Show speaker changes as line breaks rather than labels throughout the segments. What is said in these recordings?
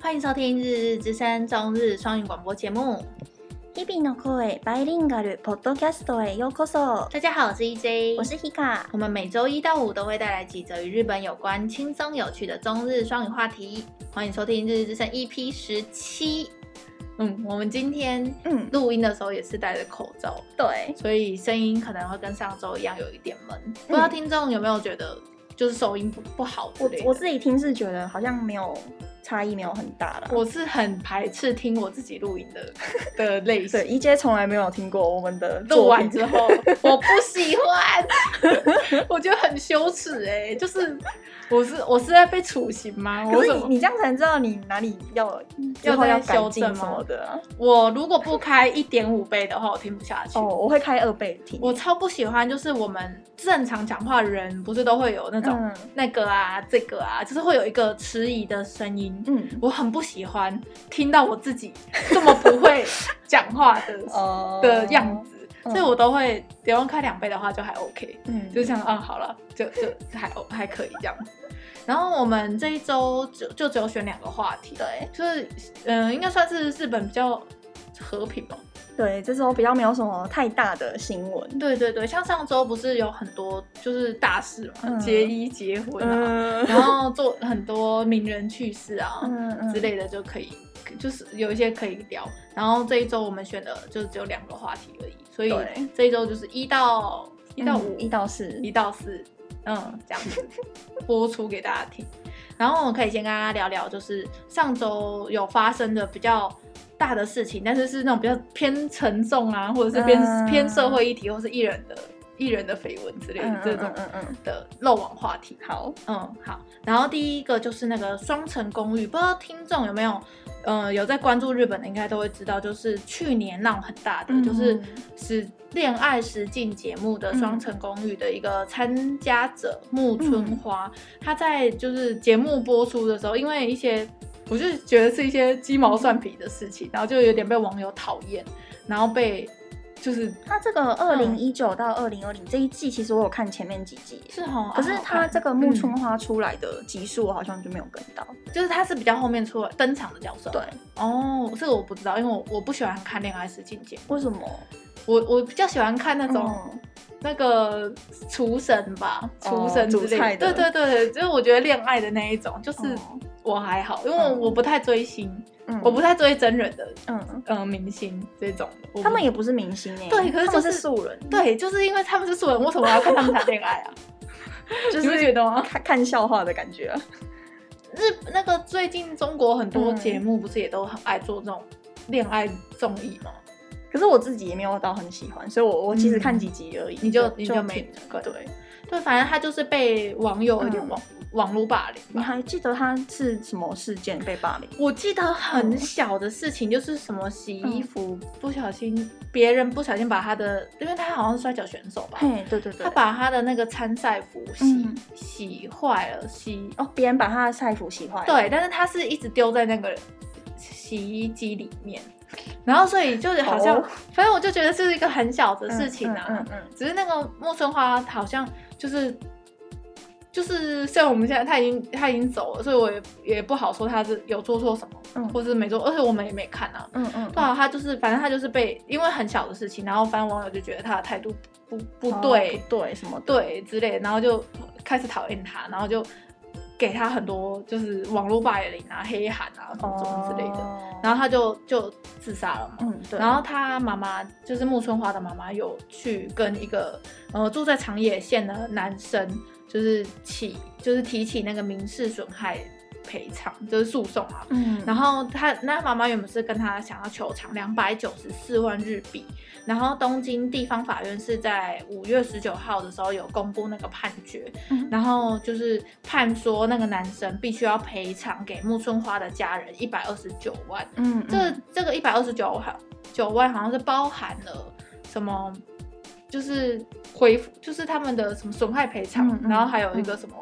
欢迎收听《日日之声》中日双语广播节目。
日々の声バイリンガルポッドキャストへようこそ。
大家好，我是 EJ，
我是 Hika，
我们每周一到五都会带来几则与日本有关、轻松有趣的中日双语话题。欢迎收听《日日之声》EP 十七。嗯，我们今天
嗯，
录音的时候也是戴着口罩，
对，
所以声音可能会跟上周一样有一点闷。
嗯
不知道听众有没有觉得就是收音不不好之
我
类的？
我自己听是觉得好像没有差异，没有很大啦。
我是很排斥听我自己录音 的的类型
对。一阶从来没有听过我们的作
录完
品
之后，我不喜欢， 我觉得很羞耻哎、就是我是我是在被处刑吗？
可
我
是
怎
你
么
你这样才能知道你哪里要之后要
再
改
修
进
正
什
吗
么的啊、
我如果不开一点五倍的话，我听不下去。
哦，我会开二倍听。
我超不喜欢，就是我们正常讲话的人不是都会有那种、
嗯
那个啊这个啊，就是会有一个迟疑的声音。
嗯
我很不喜欢听到我自己这么不会讲话 的、
哦
的样子，
嗯
所以我都会不用开两倍的话就还 OK。
嗯
就想啊，好了，就就还还可以这样子。然后我们这一周就就只有选两个话题，
对
就是嗯、呃应该算是日本比较和平吧。
对，这周比较没有什么太大的新闻。
对对对，像上周不是有很多就是大事嘛，
嗯
结衣结婚啊，
嗯
然后做很多名人去世啊、
嗯嗯
之类的就可以，就是有一些可以聊。然后这一周我们选的就只有两个话题而已，所以
对
这一周就是一到一到五、
嗯一到四，
一到四，嗯，这样子播出给大家听。然后我们可以先跟大家聊聊，就是上周有发生的比较大的事情，但是是那种比较偏沉重啊，或者是偏、
嗯
偏社会议题，或是艺人的艺人的绯闻之类的、
嗯
这种
嗯嗯嗯嗯，
的漏网话题。
好，
嗯，好。然后第一个就是那个双层公寓，不知道听众有没有，呃，有在关注日本的，应该都会知道，就是去年闹很大的，
嗯
就是是恋爱实境节目的双层公寓的一个参加者木村花，
嗯
她在就是节目播出的时候，因为一些。我就觉得是一些鸡毛蒜皮的事情，然后就有点被网友讨厌，然后被就是
它这个
嗯
二零一九到二零二零这一季，其实我有看前面几集，
是哈，
可是
啊
它
好看
这个木村花出来的集数，我好像就没有跟到。
就是他是比较后面出来登场的角色，
对，
哦，这个我不知道，因为我我不喜欢看恋爱实境节目，
为什么？
我我比较喜欢看那种、
嗯
那个厨神吧，
哦
厨神之
煮
类
菜
的。对
的
对对，就是我觉得恋爱的那一种，就是
哦
我还好，因为
嗯
我不太追星，
嗯
我不太追真人的，
嗯，
嗯、明星这种的。我不
他们也不是明星哎，
对可是
他们
就是
是素人，，
对，就是因为他们是素人，为什么我要看他们谈恋爱啊？
就
你会觉
是
得吗？
看看笑话的感觉啊。
日那个最近中国很多
嗯
节目不是也都很爱做这种恋爱综艺吗？
可是我自己也没有到很喜欢，所以我我其实
嗯
看几集而已，
你就你
就
就没
停
跟
了对。
对，反正他就是被网友有点
嗯
网、网络霸凌
你
吧。
还记得他是什么事件被霸凌？
我记得很小的事情，就是什么洗衣服，不小心别人不小心把他的，因为他好像是摔跤选手吧，
嘿，对对对，
他把他的那个参赛服洗、
嗯
洗坏了，洗
哦，别人把他的菜谱洗坏了，
对，但是他是一直丢在那个洗衣机里面，然后所以就是好像，
哦
反正我就觉得这是一个很小的
嗯
事情啊，
嗯嗯嗯
只是那个莫春花好像就是就是，虽然我们现在他已经他已经走了，所以我也也不好说他是有做错什么，
嗯
或是没做，而且我们也没看啊。
嗯嗯
不好，他就是反正他就是被因为很小的事情，然后反正网友就觉得他的态度不不
哦
对、
不对什么的，
对之类的，然后就开始讨厌他，然后就给他很多就是网络霸凌啊、黑函啊什么什么之类的，
哦
然后他就就自杀了嘛。
嗯对，
然后他妈妈就是木村花的妈妈，有去跟一个呃住在长野县的男生，就是起就是提起那个民事损害赔偿，就是诉讼啊。
嗯
然后他那妈妈原本是跟他想要求偿两百九十四万日币，然后东京地方法院是在五月十九号的时候有公布那个判决，
嗯
然后就是判说那个男生必须要赔偿给木村花的家人一百二十九万。
嗯，
这这个一百二十九好九万好像是包含了什么，就是回复，就是他们的什么损害赔偿，
嗯嗯
然后还有一个什么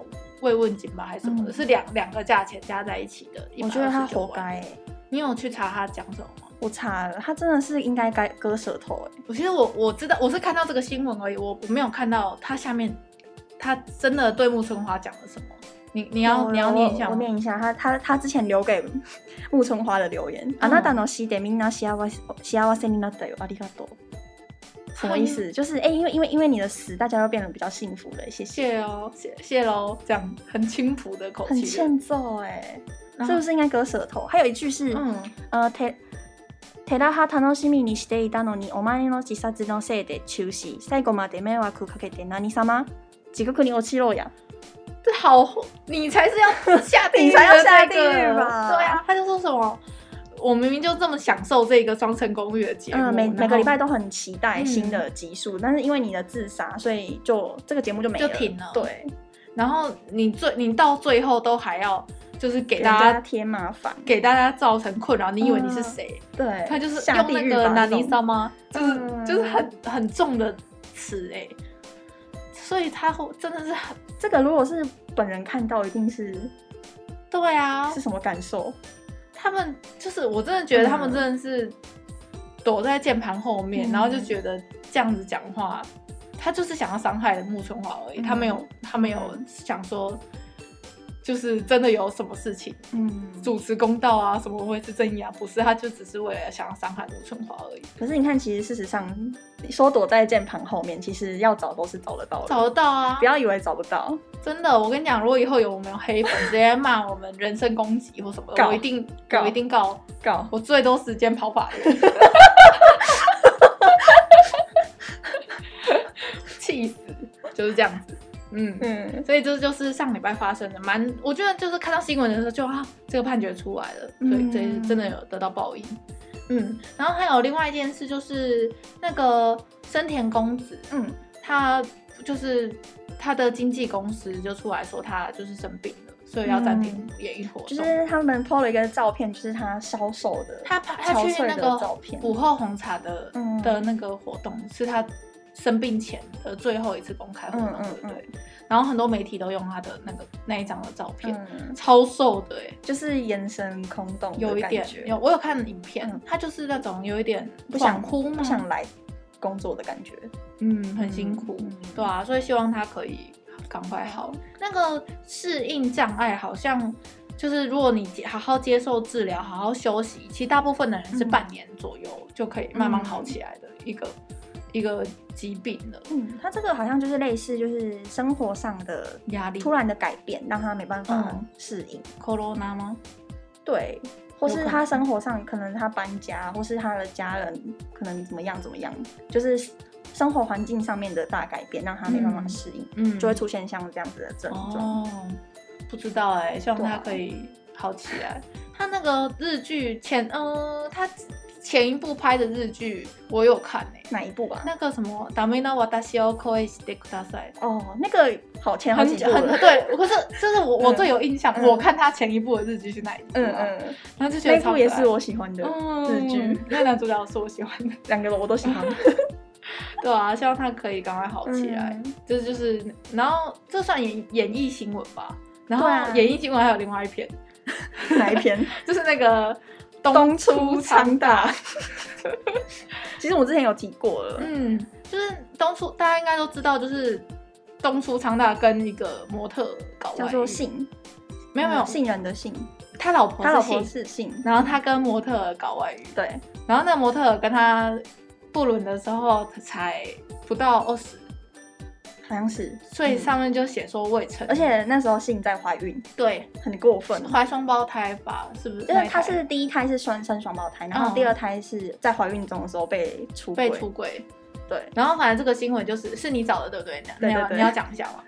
慰问金吧，还是什么的，
嗯
是两两个价钱加在一起的。
我觉得他活。该、欸。
你有去查他讲什么吗？
我查了，他真的是应该该割舌头哎、
我其实我我知道，我是看到这个新闻而已，我我没有看到他下面他真的对木村花讲了什么。你你要你要念一下
我
吗？
念一下他他他之前留给 木村花的留言。
嗯
あなたの死でみんな幸せ幸せになったよ。ありがとう。什么意思？就是哎、因为因为因为你的死，大家都变得比较幸福了。谢谢。
谢哦，谢谢喽，这样很轻浮的口
很
气的，
欠揍哎、
然
是
后
不是应该割舌头？还有一句是，
嗯，
呃，テテラハ楽しみにしていたのに、お前の自殺のせいで中止。最後まで迷惑かけて何様？几个国に落ちろや。
这好，你才是要下地狱
你
的
才要下
那
地狱
个
吧
对啊，他就说什么，我明明就这么享受这个双层公寓的节目，
嗯，每
然后
每个礼拜都很期待
嗯
新的集数，但是因为你的自杀，所以就这个节目就没
就
了，
停了
对，
然后你最你到最后都还要就是给
给
大
大
家
家添麻烦，
给大家造成困扰，你以为你是谁？
对，
他就是
嗯下
用
地
那
狱
个
吧
南
这
尼
种
萨吗？就是、
嗯
就是很很重的词哎、所以他会真的是很
这个如果是本人看到，一定是
对啊
是，什么感受？
他们就是我真的觉得他们真的是躲在键盘后面，
嗯
然后就觉得这样子讲话，他就是想要伤害木村华而已，
嗯
他没有他没有想说。就是真的有什么事情
嗯，
主持公道啊，什么会是正义啊？不是，他就只是为了想要伤害木村华而已。
可是你看，其实事实上说躲在键盘后面，其实要找都是找得到的，
找得到啊，
不要以为找不到，
真的，我跟你讲，如果以后有我们有黑粉直接骂我们人身攻击或什么的，
告
我一定
告
我一定告，
搞
我最多时间跑法 院，气死，就是这样子，嗯。
嗯
所以这就是上礼拜发生的，蛮我觉得就是看到新闻的时候就啊，这个判决出来了，
嗯
所以这真的有得到报应。嗯，然后还有另外一件事就是那个生田公子，
嗯，
他就是他的经纪公司就出来说他就是生病了，所以要暂停演艺活动。
嗯就是他们 PO 了一个照片，就是他消瘦的，
他跑他去那
憔悴的照
个
片
午后红茶的、
嗯
的那个活动，是他生病前的最后一次公开活动，
嗯嗯
对不对？然后很多媒体都用他的那个那一张的照片，
嗯，
超瘦的哎、
就是眼神空洞的
有一
感
点
觉
有我有看影片，
嗯
他就是那种有一点
不想
恍惚嘛，
不想来工作的感觉，
嗯，很辛苦，
嗯
对啊，所以希望他可以赶快好。那个适应障碍好像就是，如果你接好好接受治疗，好好休息，其实大部分的人是
嗯
半年左右就可以慢慢好起来的一个、一个疾病了，
嗯，他这个好像就是类似就是生活上的
压力
突然的改变，让他没办法
嗯
适应，
corona 吗？
对，或
有
是
可
他
能
生活上可能他搬家，或是他的家人可能怎么样怎么样，就是生活环境上面的大改变，让他没办法
嗯
适应，
嗯，
就会出现像这样子的症状。
哦，不知道哎、希望
对
他
啊
可以好起来。他那个日剧前，嗯、他前一部拍的日剧我有看哎、
哪一部啊？
那个什么，ダメな私を恋してくださ い。
哦，那个好前好
很
几部
很
了。
对，可是就是我我最有印象，
嗯
我看他前一部的日剧是哪一部？
嗯，嗯，
然后就觉
那
得
一
超
部
可爱
也是我喜欢的，
嗯
日剧，
那男主角是我喜欢的，
两个我都喜欢。
对啊，希望他可以赶快好 起来。
嗯
这就是，然后这算演演艺新闻吧。然后
对啊
演艺新闻还有另外一篇，
嗯哪一篇？
就是那个
东
出
出
昌
昌大。 其实我之前有提过了，
嗯，就是东出，大家应该都知道，就是东出昌大跟一个模特搞外遇
叫做，信，
没有没有，
嗯信人的信，
他老婆
他老
是
婆
姓，
是信，
然后他跟模特儿搞外遇，
对，
然后那模特儿跟他不伦的时候才不到二十，
好像是。
所以
嗯
上面就写说未成，
而且那时候信在怀孕，
对
很过分。
怀双胞胎吧，是不是？
因
那
为
一
她
胎
是第一胎是双生双胞胎，然后
嗯
第二胎是在怀孕中的时候被出轨
被出轨，
对，
然后反正这个新闻就是是你找的，对不对？
对
你要
对对
你要讲一下 吗？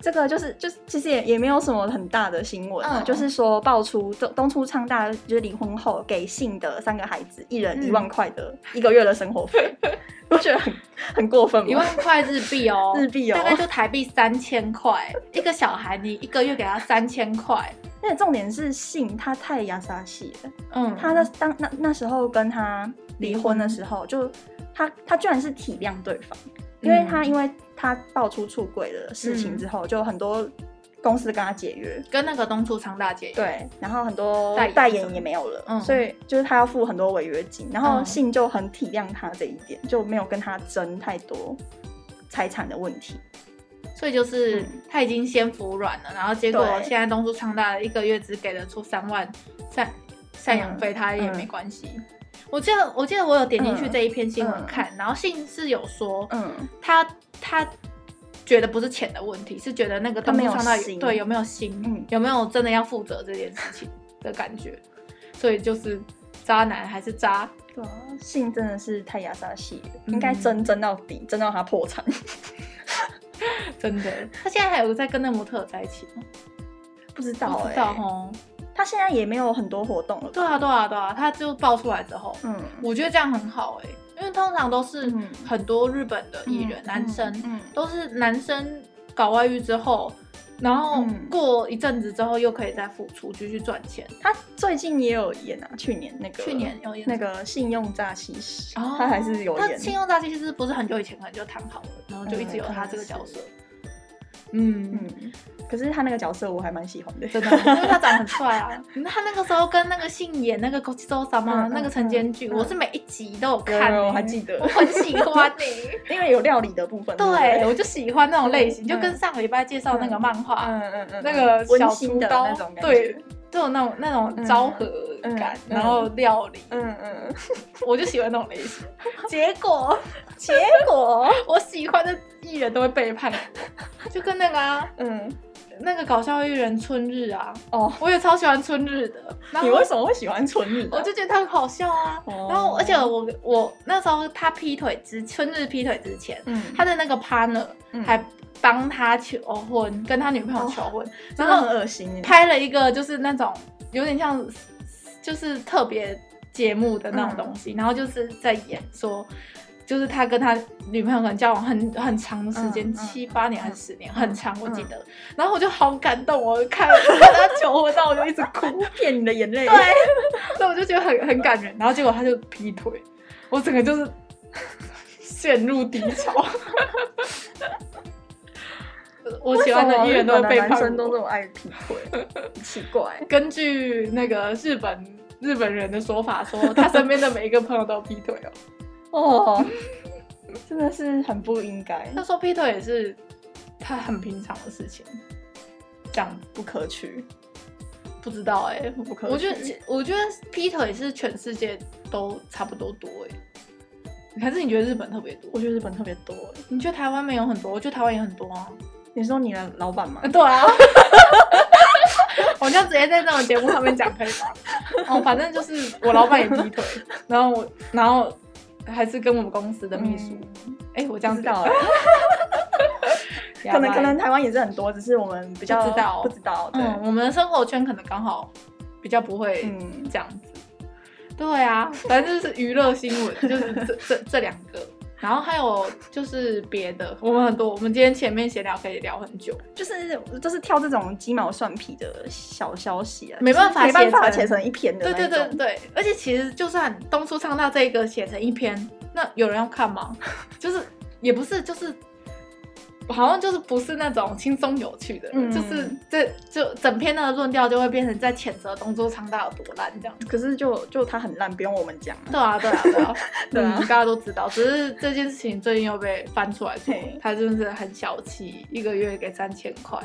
这个就是就是其实也也没有什么很大的新闻、啊，
嗯
就是说爆出东东出昌大就是离婚后给信的三个孩子一人
嗯
一万块的一个月的生活 费，我觉得很很过分
一
嘛
万。块日币哦
，日币哦
大概就台币三千块。一个小孩，你一个月给他三千块，
而且重点是信他太亚沙系了，
嗯，
他那当那那时候跟他离婚的时候，就他他居然是体谅对方，因为
嗯
他
嗯
因为他爆出出轨的事情之后，就很多公司跟他解约，
跟那个东出昌大姐一样，
对，然后很多
代言
代
什么
言也没有了，
嗯
所以就是他要付很多违约金，然后
嗯
信就很体谅他这一点，就没有跟他争太多财产的问题。
所以就是
嗯
他已经先服软了，然后结果
对
现在东叔昌大一个月只给得出三万赡赡养费，他也没关系。我记得我记得我有点进去
嗯
这一篇新闻
嗯
看，然后信是有说
嗯，
他他觉得不是钱的问题，是觉得那个
他
东
没
叔
有
昌大
心
对有没有心，
嗯
有没有真的要负责这件事情的感觉，所以就是渣男还是渣。
对啊，性真的是太压榨系了，
嗯
应该争争到底，争到他破产。
真的，他现在还有在跟那模特儿在一起吗？
不知道
不
哎、
知道哦。
他现在也没有很多活动了吧。
对啊，对啊，对啊，他就爆出来之后，
嗯，
我觉得这样很好哎、因为通常都是
嗯
很多日本的艺人，男生、
嗯，
都是男生搞外遇之后，然后
嗯
过一阵子之后又可以再复出，继续赚钱。
他最近也有演啊，去年那个
去年有演
那个信用诈欺师，
哦
他还是有
他
演。
信用诈欺其实不是很久以前可能就谈好了，然后就一直有
嗯
他这个角色。嗯，
嗯，可是他那个角色我还蛮喜欢的，
真的，因为他长得很帅啊。他那个时候跟那个姓演那个 g o c h i o s a 嘛，
嗯嗯
那个晨间剧，
嗯
我是每一集都有
有
看欸，
有我还记得
我很喜欢你、
因为有料理的部分。不
对，我就喜欢那种类型，
嗯
就跟上个礼拜介绍那个漫画，
嗯嗯嗯，
那个
温
小
馨
厨
的
刀
那种感觉。
对，就有那种那种昭和感，
嗯嗯
然后料理，
嗯嗯，
我就喜欢那种类型。结果
结 果，
我喜欢的艺人都会背叛我，就跟那个啊，
嗯，
那个搞笑艺人春日啊，
哦，
我也超喜欢春日的。然后
你为什么会喜欢春日啊？
我就觉得他很好笑啊。
哦
然后而且我我那时候他劈腿之春日劈腿之前，
嗯，
他的那个 partner
嗯
还帮他求哦婚，跟他女朋友求婚，
哦真
然
的很
后
恶心耶。欸
拍了一个就是那种有点像就是特别节目的那种东
嗯
西，然后就是在演说。就是他跟他女朋友可能交往很很长的时间，
嗯嗯
七八年还是十年，很长，我记
嗯
得。然后我就好感动，我看看他求婚，然后我就一直 哭。
骗你的眼泪，
对，所以我就觉得很很感人。然后结果他就劈腿，我整个就是陷入低 潮。我喜欢的艺人都会背
男
叛
生都
我。
这么爱劈腿，奇怪。
根据那个日本日本人的说法说他身边的每一个朋友都劈 腿哦。
哦，真的是很不应该，
他说劈腿也是他很平常的事情，这样
不可取，
不知道哎、
不可取。
我觉得，我觉得劈腿是全世界都差不多多哎、还是你觉得日本特别多？
我觉得日本特别多。欸
你觉得台湾没有很多？我觉得台湾也很多啊。
你说你的老板吗？
对 啊，我就直接在这种节目上面讲可以吗？ 哦，反正就是我老板也劈腿，然后我，然后还是跟我们公司的秘书。哎、我这样
不知道
讲
哎，可能可。
哑
能
巴哎
台湾也是很多，只是我们比较
不知道
不知道。对，
嗯，我们的生活圈可能刚好比较不会
嗯
这样子。对啊，反正就是娱乐新 闻，就是这这这两个，然后还有就是别的，我们很多，我们今天前面闲聊可以聊很久。
就是就是挑这种鸡毛蒜皮的小消息啊，
没办法
就是没办法
写成
写成一篇的
对
那
对
种。
对对，而且其实就算东出唱到这个写成一篇，那有人要看吗？ 就是也不是，就是好像就是不是那种轻松有趣的，
嗯
就是这就整篇的论调就会变成在谴责东出唱大有多烂这样。
可是就就他很烂，不用我们讲啊。
对啊，对啊， 对啊，
对啊
嗯大家都知道。只是这件事情最近又被翻出来说
嘿，
他真的是很小气，一个月给三千块，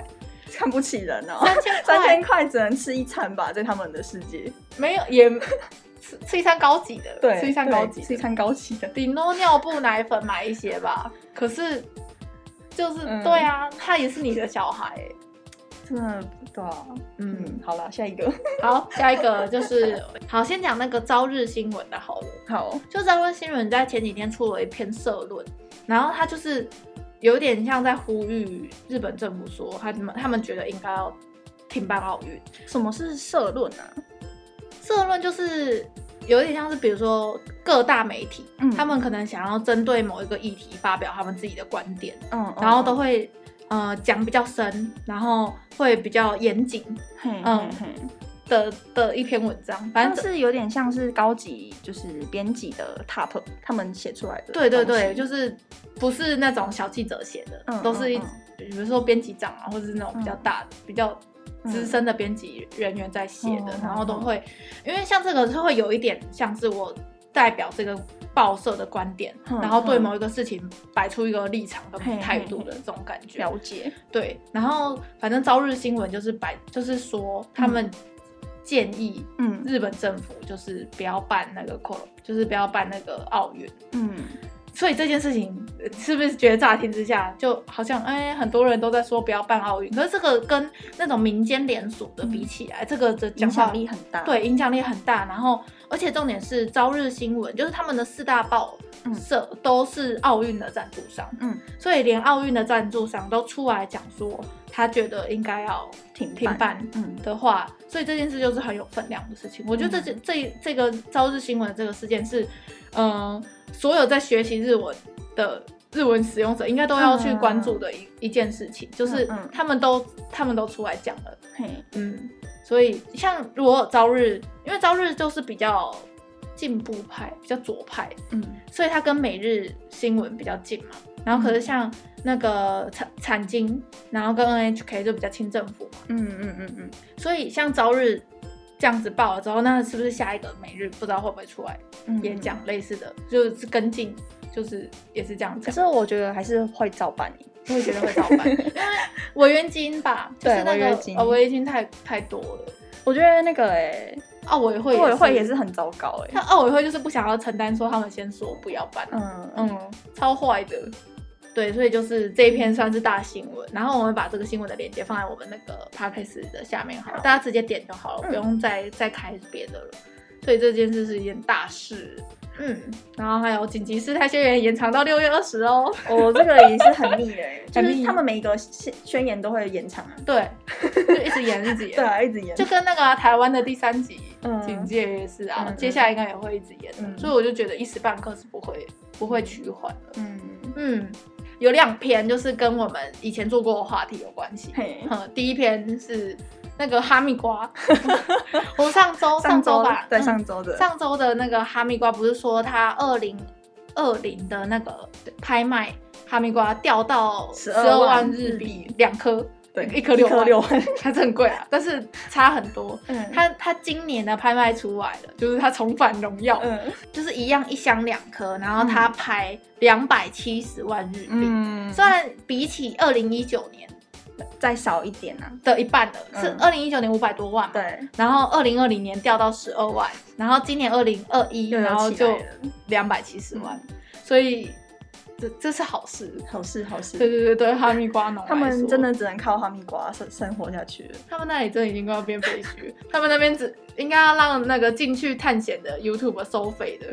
看不起人 哦，
三千
三
块
千块只能吃一餐吧，在他们的世界。
没有也吃吃一餐高级的，
对，
吃一餐高
对
级的，
吃一餐高级的。
顶多尿布、奶粉买一些吧。可是，就是、
嗯
对啊，他也是你的小孩欸、
真的对啊，
嗯
嗯，，好了，下一个，
好，下一个就是，好，先讲那个朝日新闻的 好了。
好，
就朝日新闻在前几天出了一篇社论，然后他就是有点像在呼吁日本政府说，他们他们觉得应该要停办奥运。
什么是社论啊？
社论就是有点像是，比如说各大媒体，
嗯
他们可能想要针对某一个议题发表他们自己的观点，
嗯，
然后都会呃讲比较深，然后会比较严谨
嗯
嗯的的一篇文章。反
反
正
正是有点像是高级就是编辑的 top 他们写出来的东
对
西，
对对，就是不是那种小记者写的，
嗯
都是一、
嗯
比如说编辑长啊，或者是那种比较大、比较资深的编辑人员在写的，
嗯
然后都
嗯嗯
会，因为像这个是会有一点像是我代表这个报社的观点，
嗯
然后对
嗯
某一个事情摆出一个立场
嘿
跟态度
嘿
的这种感觉。
了解，
对，然后反正朝日新闻就是摆，就是说他们建议
嗯
日本政府就是不要办那个 c o 就是不要办那个奥运。
嗯，
所以这件事情呃是不是觉得乍听之下就好像哎，很多人都在说不要办奥运，可是这个跟那种民间联署的比起来，这个的讲
影
话
响力很大，，
对影响力很大。然后而且重点是朝日新闻，就是他们的四大报
嗯
社都是奥运的赞助商，
嗯，
所以连奥运的赞助商都出来讲说，他觉得应该要
挺
停
办，
办
嗯，
的话，所以这件事就是很有分量的事情。我觉得这件、这这个朝日新闻的这个事件是，嗯、所有在学习日文的日文使用者应该都要去关注的一、一件事情，就是
嗯嗯
他们都他们都出来讲了，
嘿，
嗯，所以像如果朝日，因为朝日就是比较进步派，比较左派，
嗯
所以它跟每日新闻比较近嘛。然后可是像那个产产经，然后跟 NHK 就比较亲政府嘛。
嗯嗯嗯嗯，
所以像朝日这样子报了之后，那是不是下一个每日不知道会不会出来
嗯
也讲类似的，就是跟进，就是也是这样
可
讲。
是我觉得还是会照办耶，
我也觉得会照办，因为违约金吧，就
对
是那
违约
个
金
呃违约金太太多了，
我觉得那个哎，
奥委会
陆委会也
是，
是很糟糕哎，
他奥委会就是不想要承担，说他们先说不要办，
嗯 嗯
嗯，超坏的。对，所以就是这一篇算是大新闻，然后我们把这个新闻的链接放在我们那个 podcast 的下面好了，
好
大家直接点就好了，
嗯
不用再、再开别的了。所以这件事是一件大事，嗯，然后还有紧急事态宣言延长到六月二十哦。
我这个也是很腻的 耶，就
很
是
腻
他们每一个宣宣言都会延长啊，
对，就一直延一直
对
延，
啊，一直延
就，跟那个啊、台湾的第三级
嗯
警戒也是啊，
嗯嗯
接下来应该也会一直延的，
嗯
所以我就觉得一时半刻是不会不会趋缓的。
嗯，
嗯，有两篇就是跟我们以前做过的话题有关系。
嘿，
嗯，第一篇是那个哈密 瓜，我们上周上周吧，
对
嗯
上周的，
上周的那个哈密瓜不是说它二零二零的那个拍卖哈密瓜掉到十
12
二万
万
日
日
币
币
两颗，
对
一颗六万，
六万，
还是很贵啊，但是差很多。
嗯
它它今年的拍卖出来了，就是它重返荣耀，
嗯
就是一样一箱两颗，然后它拍两百七十万日币，
嗯，
虽然比起二零一九年
再少一点啊，
的一半了，是
嗯
二零一九年五百多万嘛，
对，
然后二零二零年掉到十二万，然后今年二零二一，
又有
然后
起来
就
了嗯
两百七十万，所以这这是好事。
好事好事，
对对对对，哈密瓜农来说
他们真，的只能靠哈密瓜生生活下去了。
他们那里真的已经快要变废墟，他们那边只应该要让那个进去探险的 YouTube 收费的，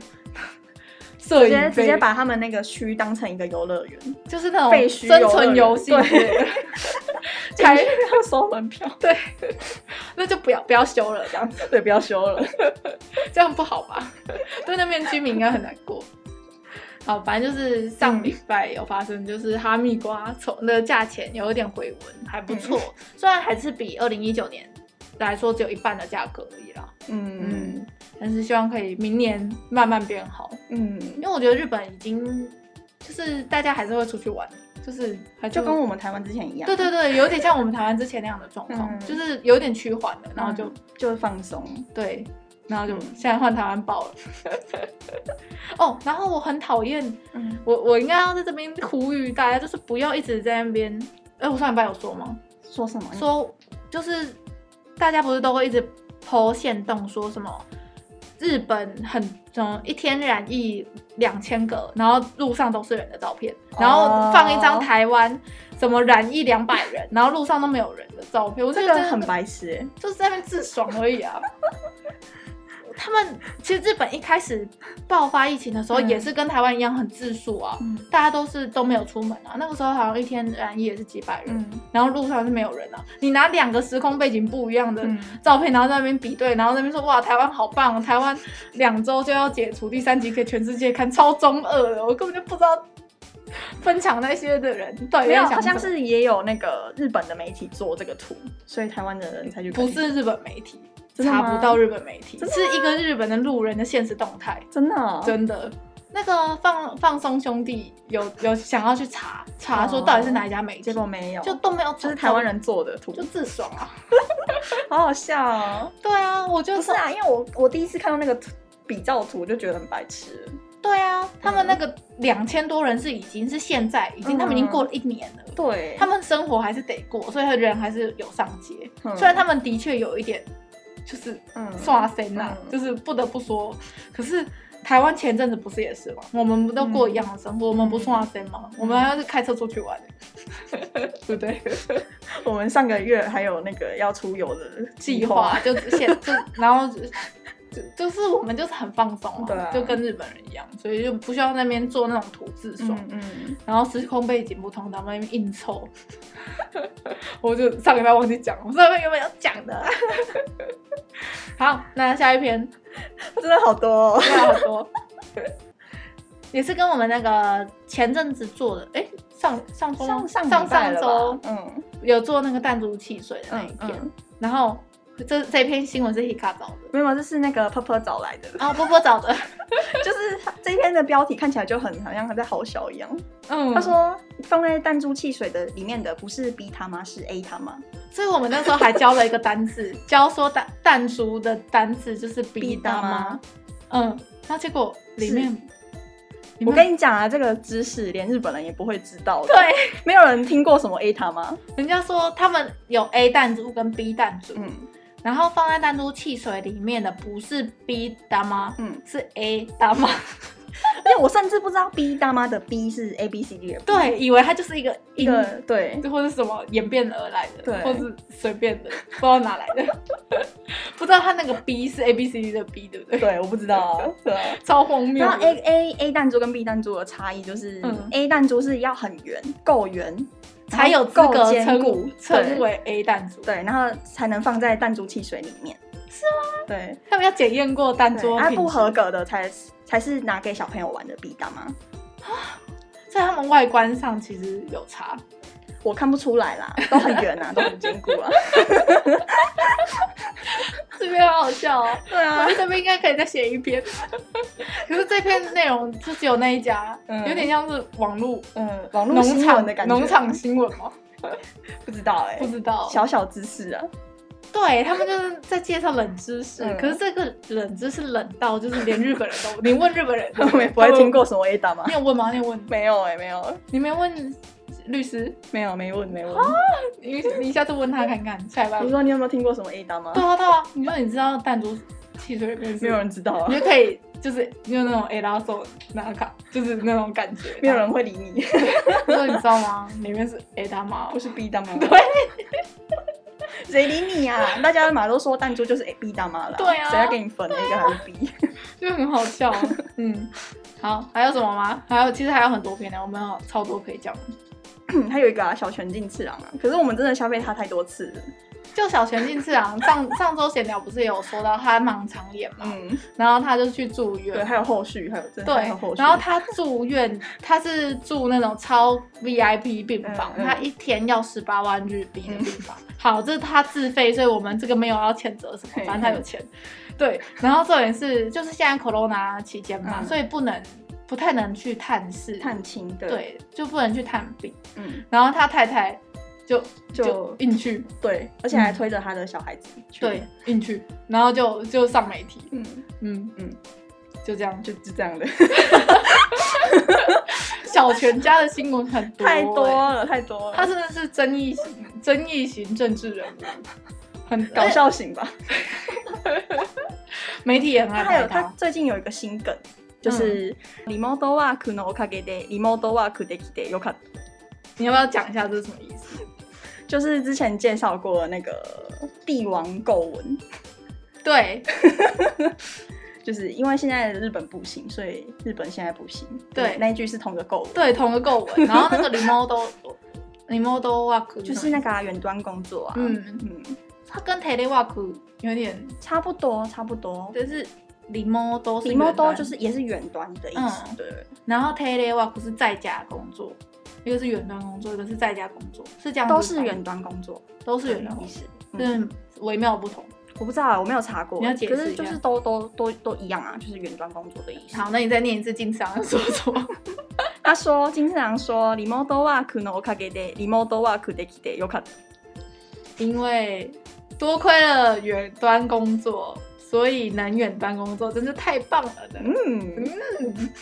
摄
直
影
接
费
直接把他们那个区当成一个游乐园，
就是那种
废墟
生存游戏
游乐园
之类的， 开
要收门票，
那就不要不要修了，这样
对，不要修了。
这样不好吧？ 对那边居民应该很难过。好，反正就是
嗯
上礼拜有发生，就是哈密瓜从的价钱有一点回温，还不
嗯
错，虽然还是比二零一九年来说只有一半的价格而已啦。
嗯
嗯，但是希望可以明年慢慢变好，
嗯，
因为我觉得日本已经就是大家还是会出去玩，就是还
就跟我们台湾之前一样，
对对对，有点像我们台湾之前那样的状况，
嗯
就是有点趋缓了，
嗯，
然后就
就放松。
对，然后就、
嗯
现在换台湾报了。 哦，然后我很讨厌，
嗯，
我我应该要在这边呼吁大家，就是不要一直在那边。哎，我上礼拜有说吗？
说什么？
说就是大家不是都会一直剖线动，说什么日本很什么一天染疫两千个，然后路上都是人的照片，然后
哦
放一张台湾什么染疫两百人，然后路上都没有人的照片，我就
这
觉
个
得
很白痴欸，
就是在那边自爽而已啊。 他们其实日本一开始爆发疫情的时候，
嗯
也是跟台湾一样很自述啊，
嗯
大家都是都没有出门啊。那个时候好像一天染疫也是几百人，
嗯
然后路上是没有人啊。你拿两个时空背景不一样的
嗯
照片，然后在那边比对，然后在那边说哇，台湾好棒，啊台湾两周就要解除第三级给全世界看，超中二的，我根本就不知道分享那些的人到底
没
在
有，
想
好
什
像
么
是也有那个日本的媒体做这个图，所以台湾的人才去看
不是日本媒体，
真的
查
吗
不到日本媒体，
真的
是一个日本的路人的现实动态，
真的哦，
真的。那个放放松兄弟有有想要去查查说到底是哪一家媒体，
哦结果没有，
就
就
都没有找到，
就是台湾人做的图
就，自爽啊。
好好笑哦。
对啊，我就
啊
啊
不是啊，因为我我第一次看到那个图比照图就觉得很白痴了。
对
嗯
啊，他们那个两千多人是已经是现在，已经、他
嗯
们已经过了一年了，
对，
他们生活还是得过，所以他人还是有上街。
嗯
虽然他们的确有一点就是
嗯
刷身呐、啊
嗯
就是不得不说，可是。台湾前阵子不是也是吗？我们不都过一样的
嗯
生活，我们不刷身吗？我们还要是开车出去玩、对不对？
我们上个月还有那个要出游的
计划，
嗯
就现就然后就就就是我们就是很放松、
对啊
就跟日本人一样，所以就不需要那边做那种土字爽。
嗯嗯，
然后时空背景不同，他们硬凑。 我就上个礼拜忘记讲，我上个礼拜原本要讲的。 好，那下一篇
真的好多、 哦。
还有好多，也是跟我们那个前阵子做的，哎，上上周
上上
上
礼拜
上
了
周
吧嗯
有做那个弹珠汽水的那一
嗯
篇，
嗯，
然后这这篇新闻是 Hika 找的。
没有，这是那个 Purple 找来的，
啊，波波找的，
就是他这一篇的标题看起来就很好像他在好小一样。
嗯
他，说放在弹珠汽水的里面的不是 B 他妈是 A 他妈
所以我们那时候还教了一个单 字，教说弹弹珠的单字就是比达吗？嗯，那结果里面，里面
我跟你讲啊，这个知识连日本人也不会知道 的，
对，
没有人听过什么 A 他妈。
人家说他们有 A 弹珠跟 B 弹珠，
嗯
然后放在弹珠汽水里面的不是 B 大妈，
嗯，
是 A 大 妈，
而且我甚至不知道 B 大妈的 B 是 A B C D 的 B
对，以为它就是一个
一
音。
个对，
或是什么演变而来的，
对
或是随便的，不知道哪来的， 不知道他那个 B 是 A B C D 的 B，对不对？
对，我不知道 啊，对啊。
超荒谬的。
然后 A A A 弹珠跟 B 弹珠的差异就是、
嗯
A 弹珠是要很圆，够圆
才有资
然后
格
够坚固
称，称为 A 弹珠。
对，对，然后才能放在弹珠汽水里面。是吗？对，
他们要检验过弹珠
对啊
品质
不合，格的才才是拿给小朋友玩的 B 大妈，
所以他们外观上其实有差。
我看不出来啦，都很圆啊，都很坚固 啊。
这边好好笑哦，
对
我觉
啊
得，这边应该可以再写一 篇。可是这篇内容就只有那一家，
嗯
有点像是网络
嗯，网络
农
新闻
场
的感觉，
农场新闻吗？
不知道哎、
不知道。
小小知识啊，
对他们就是在介绍冷知识，
嗯
可是这个冷知识冷到就是连日本人 都，你问日本人，
我们也不会听。过什么 A 大妈
你。有问吗？你有问？
没有哎、没有，
你没问律师？
没有，没问，没问。
你你下次问他看看，下一班
你。啊说你有没有听过什么 A 大妈
对？啊对啊，你说你知道弹珠汽水里面是
没有，人知道啊
你，就可以就是用那种 A 拉手拿卡，就是那种感觉。
没有人会理你，
你说你知道吗？里面是 A 大妈
不，是 B 大妈。
对，
谁理你啊？大家马都说弹珠就是 A B 大妈了，
对啊
谁要给你分 A 个还是 B？
就很好笑。嗯，好，还有什么吗？还有其实还有很多篇呢，我们有超多可以讲的。
还有一个啊，小泉进次郎啊，可是我们真的消费他太多次了。
就小泉进次郎上 上周闲聊不是有说到他盲肠炎嘛，
嗯，
然后他就去住
对，
院。
还有后续，还有真的还
对
有后，续。
然后他住院，他是住那种超 VIP 病房，
嗯嗯嗯
他一天要十八万日币的病房。好，这是他自费，所以我们这个没有要谴责什么，
嘿
反正他有钱。对，然后重点是，就是现在 Corona 期间嘛，
嗯
所以不能不太能去探视，
探亲的，，
对，就不能去探病。
嗯，
然后他太太就
就
硬去，
对，而且还推着他的小孩子去。
对，，硬去，然后就就上媒体，
嗯，
嗯嗯
嗯，
就这 样。
就就这样的，
小泉家的新闻很多、
太多
欸，
了，太多了。
他真的是争议型争议型政治人物，很
搞。
而
笑型吧？
且媒体也很
他
爱
还
拍
有哎他嗯
他。
最近有一个新梗，就是「リモートワークのおかげでリモートワークできてよかった
你要不要讲一下这是什么意思？」，
就是之前介绍过的那个帝王构文，
对
就是因为现在的日本不行，所以日本现在不行。
对
那一句是同一个构文，
对，同个构文，然后那个 remote remote work
就是那个啊远端工作啊，
嗯，
嗯，
它跟 telework 有点，
差不多，差不多。
就是 remote 是
李猫
远端
都就是也是远端的意思，
嗯
对，
然后 telework 是在家工作，一个是远端工作，一个是在家工作，是这样子
都是
翻译
远端工作，
都是远端
意
工作，
思。嗯，
嗯，微妙不同。
我不知道啊，我没有查过，
你要解释
可
一下
是就是都都都都一样啊，就是远端工作的意思。
好，那你再念一次金次郎说什 么？
他说金次郎说リモートワークのおかげでリモートワークできてよかった。
因为多亏了远端工作，所以南远办工作真是太棒了的。
嗯，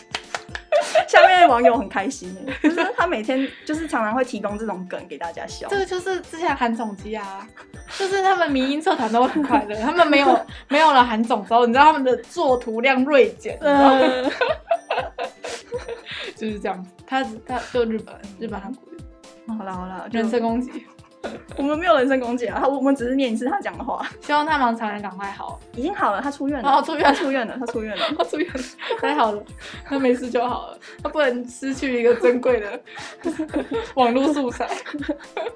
下面的网友很开心耶，就是他每天就是常常会提供这种梗给大家笑
这。个就是之前韩总机啊，就是他们民音社团都很快乐，他们没 有没有了韩总之后，你知道他们的作图量锐减，
嗯，
就是这样子。他他就日本日本韩国人
好啦好啦，就
人身攻击，
我们没有人身攻击啊，他我们只是念一次他讲的话，
希望他忙常人赶快好，
已经好了，他出院了，
哦出院
他出院了，他出院了。
他住院 太好了，他没事就好了，他不能失去一个珍贵的 网络素材。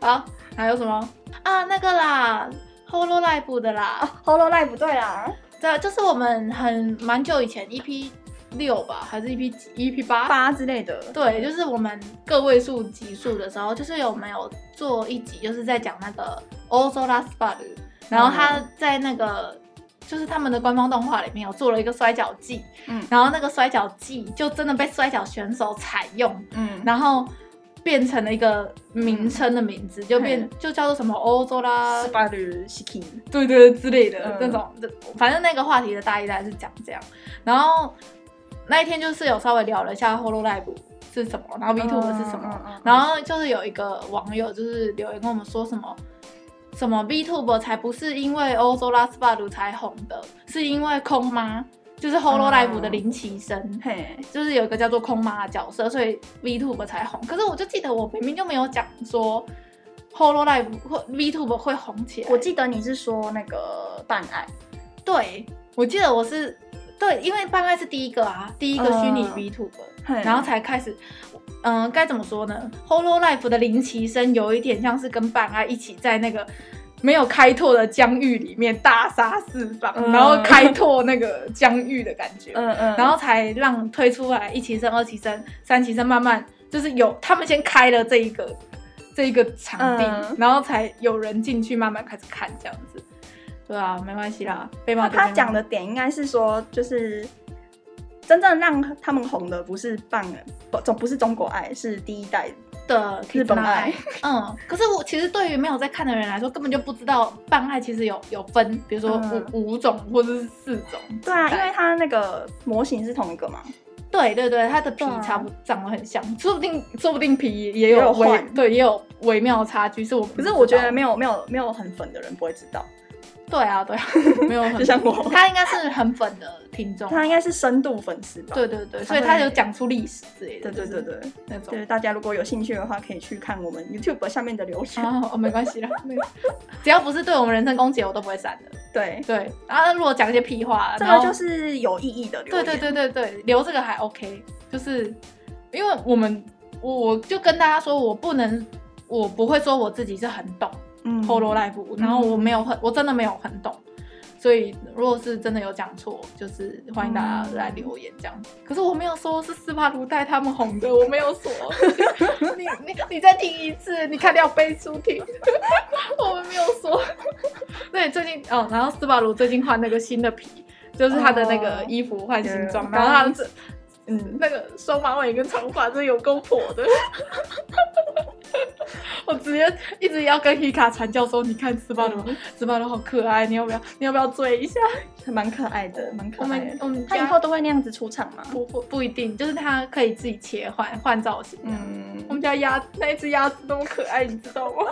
好，还有什么啊？那个啦，Hololive 的啦。
Hololive 不对啊啦，
对，就是我们很蛮久以前 EP 六吧，还是 EP 几 EP 八？
八之类的，
对，就是我们个位数集数的时候，就是有没有做一集，就是在讲那个 o z o l a s p a 然后他在那个就是他们的官方动画里面有做了一个摔跤技，
嗯
然后那个摔跤技就真的被摔跤选手采用，
嗯，
然后变成了一个名称的名字，就变就叫做什么 o z o l a
斯巴鲁西奇，
对对对之类的、
嗯
那种，这反正那个话题的大一大概是讲这样。然后那一天就是有稍微聊了一下 Hololive 是什么，然后 V Two 是什么，
嗯嗯嗯嗯
然后就是有一个网友就是留言跟我们说什么。什么 VTube 才不是因为欧洲拉斯巴鲁才红的，是因为空妈，就是 Hololive
嗯
的林奇生，
嘿，
就是有一个叫做空妈的角色，所以 VTube 才红。可是我就记得我明明就没有讲说 Hololive 或 VTube 会红起来，
我记得你是说那个办爱，
对，我记得我是对，因为办爱是第一个啊，第一个虚拟
嗯
v t u b
嘿
然后才开始，嗯、该怎么说呢？Hololive 的林奇生有一点像是跟办爱一起在那个。没有开拓的疆域里面大杀四方，
嗯
然后开拓那个疆域的感觉，
嗯嗯，
然后才让推出来一期生、二期生、三期生，慢慢就是有他们先开了这一个这一个场地，
嗯
然后才有人进去慢慢开始看这样子。对啊，没关系啦，被骂
那
就被骂
他讲的点应该是说，就是真正让他们红的不是棒，不总不是中国爱，是第一代
的
日本爱，
嗯，可是我其实对于没有在看的人来说，根本就不知道办爱其实有有分，比如说五、
嗯
五种或者是四种。
对啊，
时
因
代
为它那个模型是同一个嘛。
对对对，它的皮
对啊
差不长得很像，说不定说不定皮也
也
有
有
微
换
对也有微妙的差距，是我
可
可
是我觉得没有没有没有很粉的人不会知道，
对啊 对啊，没有很
就像我，
他应该是很粉的听众，
他应该是深度粉丝吧？
对对对，
他
所以他
会
有讲出历史之类的，
对对对
就是
对对，
那种
对。大家如果有兴趣的话，可以去看我们 YouTube 下面的留言。
啊，哦，没关系啦，没关系只要不是对我们人身攻击，我都不会删的。
对，
对，然后如果讲一些屁话，
这
然
个
后
就是有意义的留
对
言。
对对对对，留这个还 OK，就是因为我们我我就跟大家说，我不能，我不会说我自己是很懂
嗯
p o l o Life，然后我没有很，我真的没有很懂。所以，如果是真的有讲错，就是欢迎大家来
嗯
留言这样子。可是我没有说是斯巴鲁带他们红的，我没有说。 你你你再听一次，你看掉背书听。 我们没有说。对，最近哦，然后斯巴鲁最近换那个新的皮，就是他的那个
哦
衣服换新装
有
然后他这
嗯，
那个双马尾跟长发真的有够破的。 我直接一直要跟 Hika 传教说，你看斯巴鲁，斯巴鲁好可爱，你要不要，你要不要追一下？哎
还嗯蛮可爱的，蛮可
我
爱
们
的。
我们
他以
家
后都会那样子出场吗？
不不不一定，就是他可以自己切换换造型。啊
嗯
我，们家鸭那一只鸭子那么可爱，你知道吗？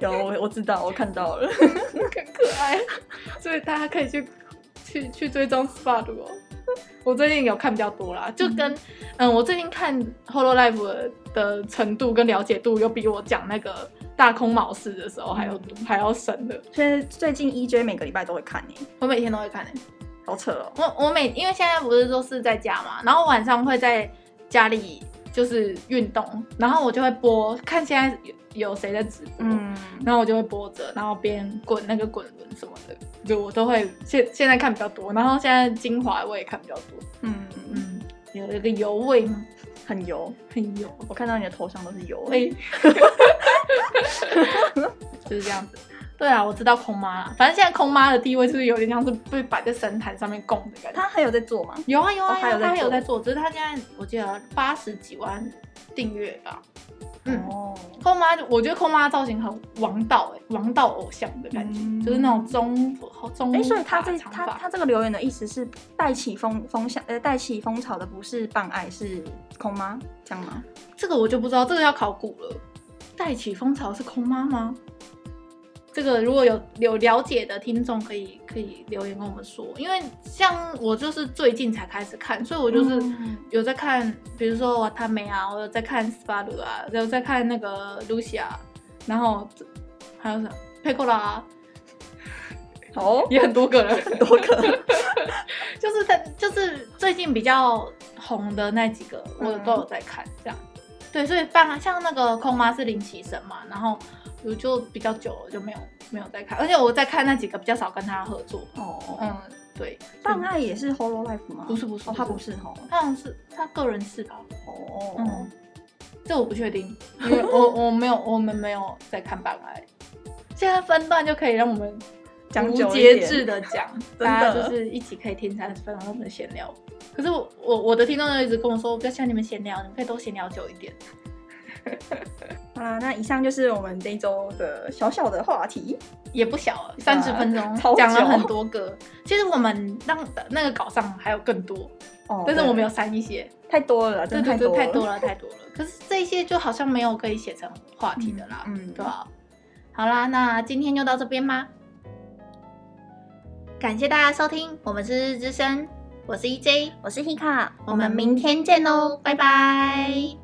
有我我知道，我看到 了。
很可爱， 所以大家可以去去去追踪 SPA 哦。 我最近有看比较多啦，就跟嗯我最近看 Hololive 的程度跟了解度，有比我讲那个大空毛事的时候还要、还要深的。
所以最近 EJ 每个礼拜都会看你，
我每天都会看、欸，
好扯哦。
我我每因为现在不是说是在家嘛，然后晚上会在家里就是运动，然后我就会播看现在有有谁在直播，
嗯，
然后我就会播着，然后边滚那个滚轮什么的，就我都会现现在看比较多，然后现在精华我也看比较多，
嗯，
嗯，有一个油味嘛，
很油，
很油
哎
哎
我看到你的头上都是油。
味，就是这样子。对啊，我知道空妈啦，反正现在空妈的地位就是有点像是被摆在神坛上面供的感觉。
他还有在做吗？
有啊有啊，
哦他有在
他还有
做
在做，只是他现在我记得八十几万订阅吧。嗯，
哦，
空妈，我觉得空妈造型很王道哎、王道偶像的感觉，
嗯
就是那种中中
哎、所以他
发
这
嗯长
他
发
他这个留言的意思是带起风风向呃带起风潮的不是棒爱是空吗？这样吗？
这个我就不知道，这个要考古了。带起风潮是空妈吗？这个如果有有了解的听众，可以可以留言跟我们说，因为像我就是最近才开始看，所以我就是
嗯
有在看，比如说瓦塔梅啊，我有在看斯巴鲁啊，有在看那个露西亚，然后还有什么佩克拉、啊，
哦，
也很多个人，
很多个
就是在就是最近比较红的那几个，我
嗯
都有在看，这样。对，所以棒像那个空妈是林启生嘛，然后我就比较久了就没有没有在看，而且我在看那几个比较少跟他合作。
哦，
嗯，对，
棒爱也是 Holo Life 吗？
不是不是
哦，他不，是哦，
他好像是他个人是吧？
哦，
嗯，这我不确定，因为我我没有我们没有在看棒爱， 现在分段就可以让我们
讲
无
究一
节
点
制的 讲，
真的
大家就是一起可以听三十分钟我们的闲聊。可是我我我的听众就一直跟我说，不要像你们闲聊，你们可以多闲聊久一点。
好啦，那以上就是我们这一周的小小的话题。
也不小了，三十分钟
啊 超久
讲了很多个。其实我们让那个稿上还有更多，
哦
但是我们
有
有删一些，
太多了啦，真
对
的
对对，
太多了
太多了太多了。可是这一些就好像没有可以写成话题的啦，
嗯嗯
对啊。好啦，那今天就到这边吧。感谢大家收听，我们是日之声，我是 E EJ，
我是 Hika，
哦我们明天见喽，拜拜